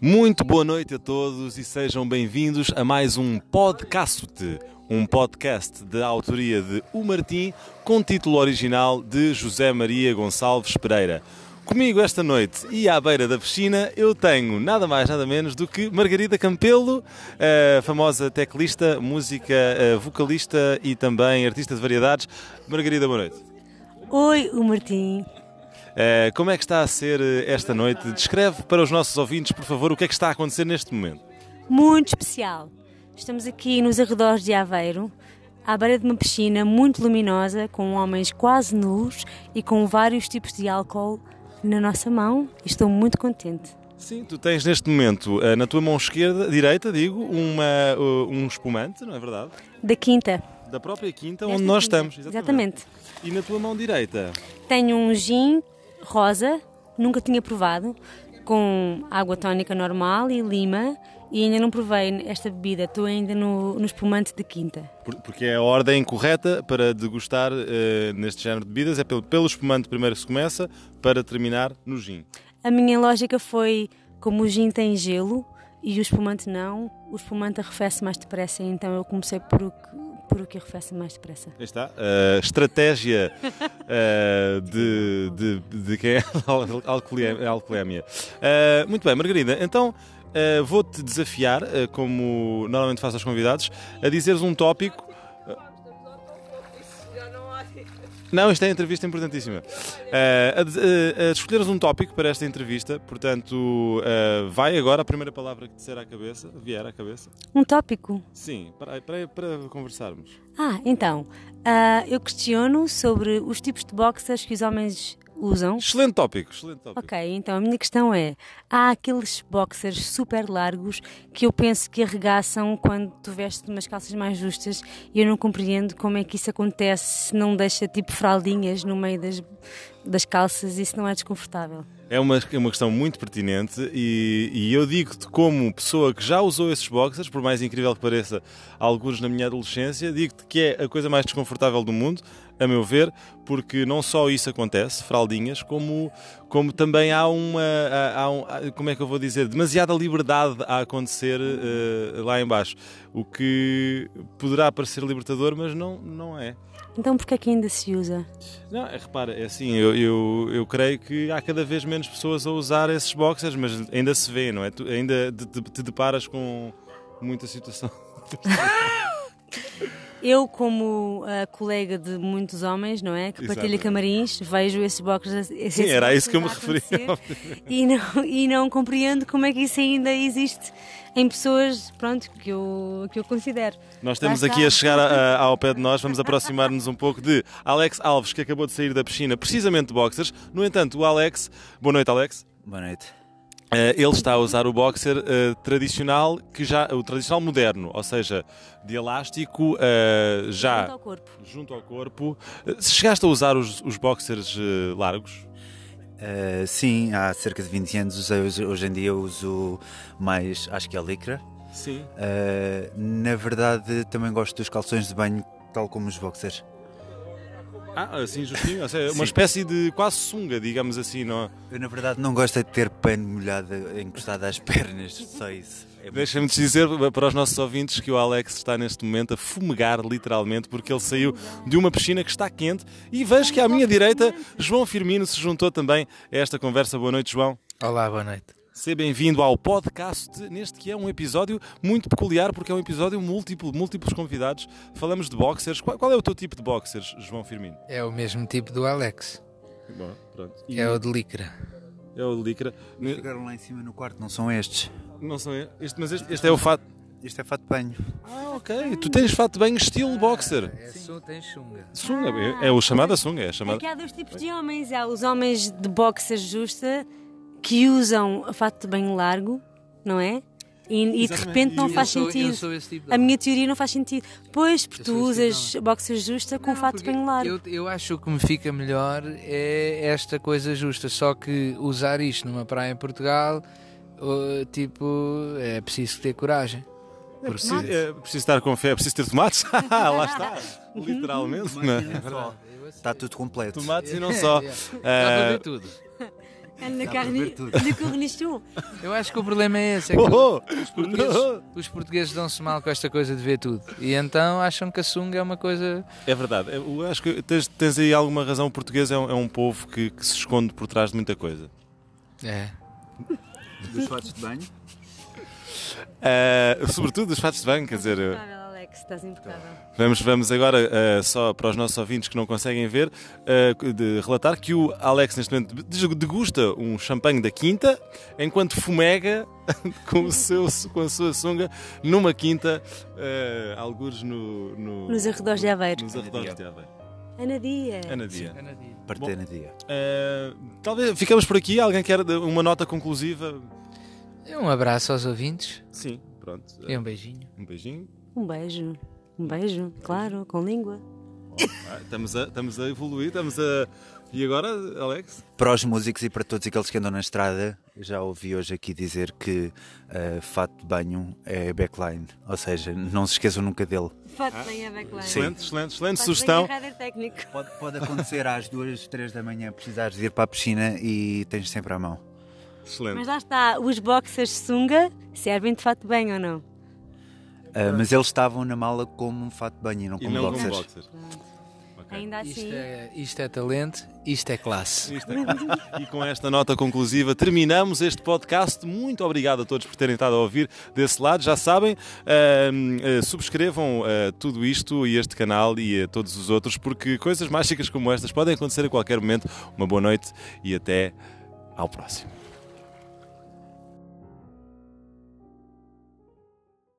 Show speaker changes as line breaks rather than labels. Muito boa noite a todos e sejam bem-vindos a mais um podcast, um podcast da autoria de O Martim, com título original de José Maria Gonçalves Pereira. Comigo esta noite e à beira da piscina eu tenho nada mais nada menos do que Margarida Campelo, a famosa teclista, música, eh, vocalista e também artista de variedades. Margarida, boa noite.
Oi, o Martim.
Eh, Como é que está a ser eh, esta noite? Descreve para os nossos ouvintes, por favor, o que é que está a acontecer neste momento.
Muito especial. Estamos aqui nos arredores de Aveiro, à beira de uma piscina muito luminosa, com homens quase nus e com vários tipos de álcool na nossa mão. E Estou muito contente.
Sim, tu tens neste momento eh, na tua mão esquerda, direita, digo, uma, uh, um espumante, não é verdade?
Da quinta.
Da própria quinta
Desta
onde nós
quinta.
estamos.
Exatamente.
E na tua mão direita?
Tenho um gin rosa, nunca tinha provado, com água tónica normal e lima. E ainda não provei esta bebida, estou ainda no, no espumante de quinta.
Por- Porque é a ordem correta para degustar eh, neste género de bebidas, é pelo, pelo espumante primeiro se começa, para terminar no gin.
A minha lógica foi como o gin tem gelo e o espumante não, o espumante arrefece mais depressa, então eu comecei por o que, por o que arrefece mais depressa.
Aí está, a estratégia eh, de, de, de quem é alcoolemia. alcoolemia. Eh, muito bem, Margarida, então eh, vou-te desafiar, eh, como normalmente faço aos convidados, a dizeres um tópico. Não, isto é entrevista importantíssima. Eh, a, de- eh, a escolheres um tópico para esta entrevista, portanto, eh, vai agora a primeira palavra que te disser à cabeça, vier à cabeça.
Um tópico.
Sim, para, para, para conversarmos.
Ah, então, ah, eu questiono sobre os tipos de boxers que os homens usam.
Excelente tópico, excelente tópico.
Ok, então a minha questão é: há aqueles boxers super largos que eu penso que arregaçam quando tu vestes umas calças mais justas e eu não compreendo como é que isso acontece se não deixa tipo fraldinhas no meio das, das calças, isso não é desconfortável.
É uma, é uma questão muito pertinente e, e eu digo-te como pessoa que já usou esses boxers, por mais incrível que pareça, alguns na minha adolescência, digo-te que é a coisa mais desconfortável do mundo, a meu ver, porque não só isso acontece, fraldinhas, como, como também há uma, há- há um- há- como é que eu vou dizer, demasiada liberdade a acontecer eh, lá em baixo, o que poderá parecer libertador, mas não, não é.
Então porquê é que ainda se usa?
Não, é, repara, é assim, eu, eu, eu creio que há cada vez menos pessoas a usar esses boxers, mas ainda se vê, não é? Tu ainda te, te- te deparas com muita situação.
Eu, como ah, colega de muitos homens, não é? Que partilha
Exatamente.
camarins, vejo esses boxers.
Sim, era isso que eu me referia.
E não, e não compreendo como é que isso ainda existe em pessoas, pronto, que eu, que eu considero.
Nós estamos
Lá
aqui
está.
a chegar a- a- ao pé de nós, vamos aproximar-nos um pouco de Alex Alves, que acabou de sair da piscina precisamente de boxers. No entanto, o Alex, boa noite, Alex.
Boa noite.
Eh, ele está a usar o boxer eh, tradicional, que já, o tradicional moderno, ou seja, de elástico, eh, já
Junto ao corpo.
junto ao corpo. Eh, Chegaste a usar os, os boxers eh, largos?
Uh, sim, há cerca de 20 anos usei, hoje- hoje em dia eu uso mais, acho que é a licra.
Sim.
Uh, na verdade, também gosto dos calções de banho, tal como os boxers.
Ah, assim justinho? Ou seja, uma
Sim.
espécie de quase sunga, digamos assim, não?
Eu, na verdade, não gosto é de ter pano molhado encostado às pernas, só isso. É muito-
Deixa-me te dizer para os nossos ouvintes que o Alex está neste momento a fumegar, literalmente, porque ele saiu de uma piscina que está quente. E vejo que à minha direita, João Firmino se juntou também a esta conversa. Boa noite, João.
Olá, boa noite.
Seja bem-vindo ao podcast, neste que é um episódio muito peculiar, porque é um episódio múltiplo, múltiplos convidados. Falamos de boxers. Qual, qual é o teu tipo de boxers, João Firmino?
É o mesmo tipo do Alex.
Bom, pronto.
É o de Licra.
É o Licra. Ne-
Ficaram lá em cima no quarto, não são estes.
Não são este, mas este, este é o fato.
Isto é fato de banho.
Ah, ok. Tu tens fato de banho estilo boxer.
É su, tem chunga.
Sunga. é- É o chamado sunga. É a chamada...
Aqui há dois tipos de homens. Há os homens de boxer justa que usam a fato de banho largo, não é? E, e de
Exatamente.
repente não
Eu
faz
sou- eu
sentido.
sou esse tipo de
a
homem.
minha teoria não faz sentido. Pois, porque
Eu
tu
sou esse tipo de
usas boxer justa com fato de
porque
banho largo.
Eu, eu acho que o que me fica melhor é esta coisa justa. Só que usar isto numa praia em Portugal, uh, tipo, é preciso ter coragem.
É preciso, é preciso estar com fé, é preciso ter tomates. Lá está. Literalmente. não é?
Está tudo completo.
Tomates e não só.
Yeah. Dá para
Ah,
ver tudo.
Olha
Dá
cá,
para ver
olha
tudo.
olha que organisto.
Eu acho que o problema é esse. É que
Oh,
os portugueses, os portugueses dão-se mal com esta coisa de ver tudo. E então acham que a sunga é uma coisa.
É verdade. Eu acho que tens, tens aí alguma razão. O português é um, é um povo que, que se esconde por trás de muita coisa.
É.
Dos fatos de banho?
Ah, sobretudo os fatos de banho, quer dizer. eu-
Impecável, Alex, estás impecável.
Tá.
Vamos, vamos agora, eh, só para os nossos ouvintes que não conseguem ver, eh, de relatar que o Alex neste momento des- degusta um champanhe da quinta, enquanto fumega com, o seu, com a sua sunga numa quinta, eh, algures no, no-
Nos arredores de Aveiro.
Nos arredores de Aveiro.
Ana Dias.
Ana Dia.
É
Parter na dia.
Eh, talvez ficamos por aqui. Alguém quer dar uma nota conclusiva?
Um abraço aos ouvintes
Sim, pronto.
e um beijinho.
Um beijinho.
Um beijo. Um beijo, claro, com língua.
Ah, estamos, a, estamos a evoluir, estamos a. E agora, Alex?
Para os músicos e para todos aqueles que andam na estrada, já ouvi hoje aqui dizer que eh, fato de banho é backline. Ou seja, não se esqueçam nunca dele.
Fato bem é a backline.
Excelente, excelente, excelente sugestão.
é técnico.
Pode, pode acontecer às duas, três da manhã, precisares de ir para a piscina e tens sempre à mão.
Excelente.
Mas lá está, os boxers sunga servem de fato bem ou não?
Ah, mas eles estavam na mala como um fato de banho e não
E
como
não como
boxers.
boxers. Ok.
Ainda assim,
Isto é, isto é talento, isto é classe.
Isto é claro. E com esta nota conclusiva terminamos este podcast. Muito obrigado a todos por terem estado a ouvir desse lado. Já sabem, ahm, eh, subscrevam eh, tudo isto e este canal e a todos os outros, porque coisas mágicas como estas podem acontecer a qualquer momento. Uma boa noite e até ao próximo.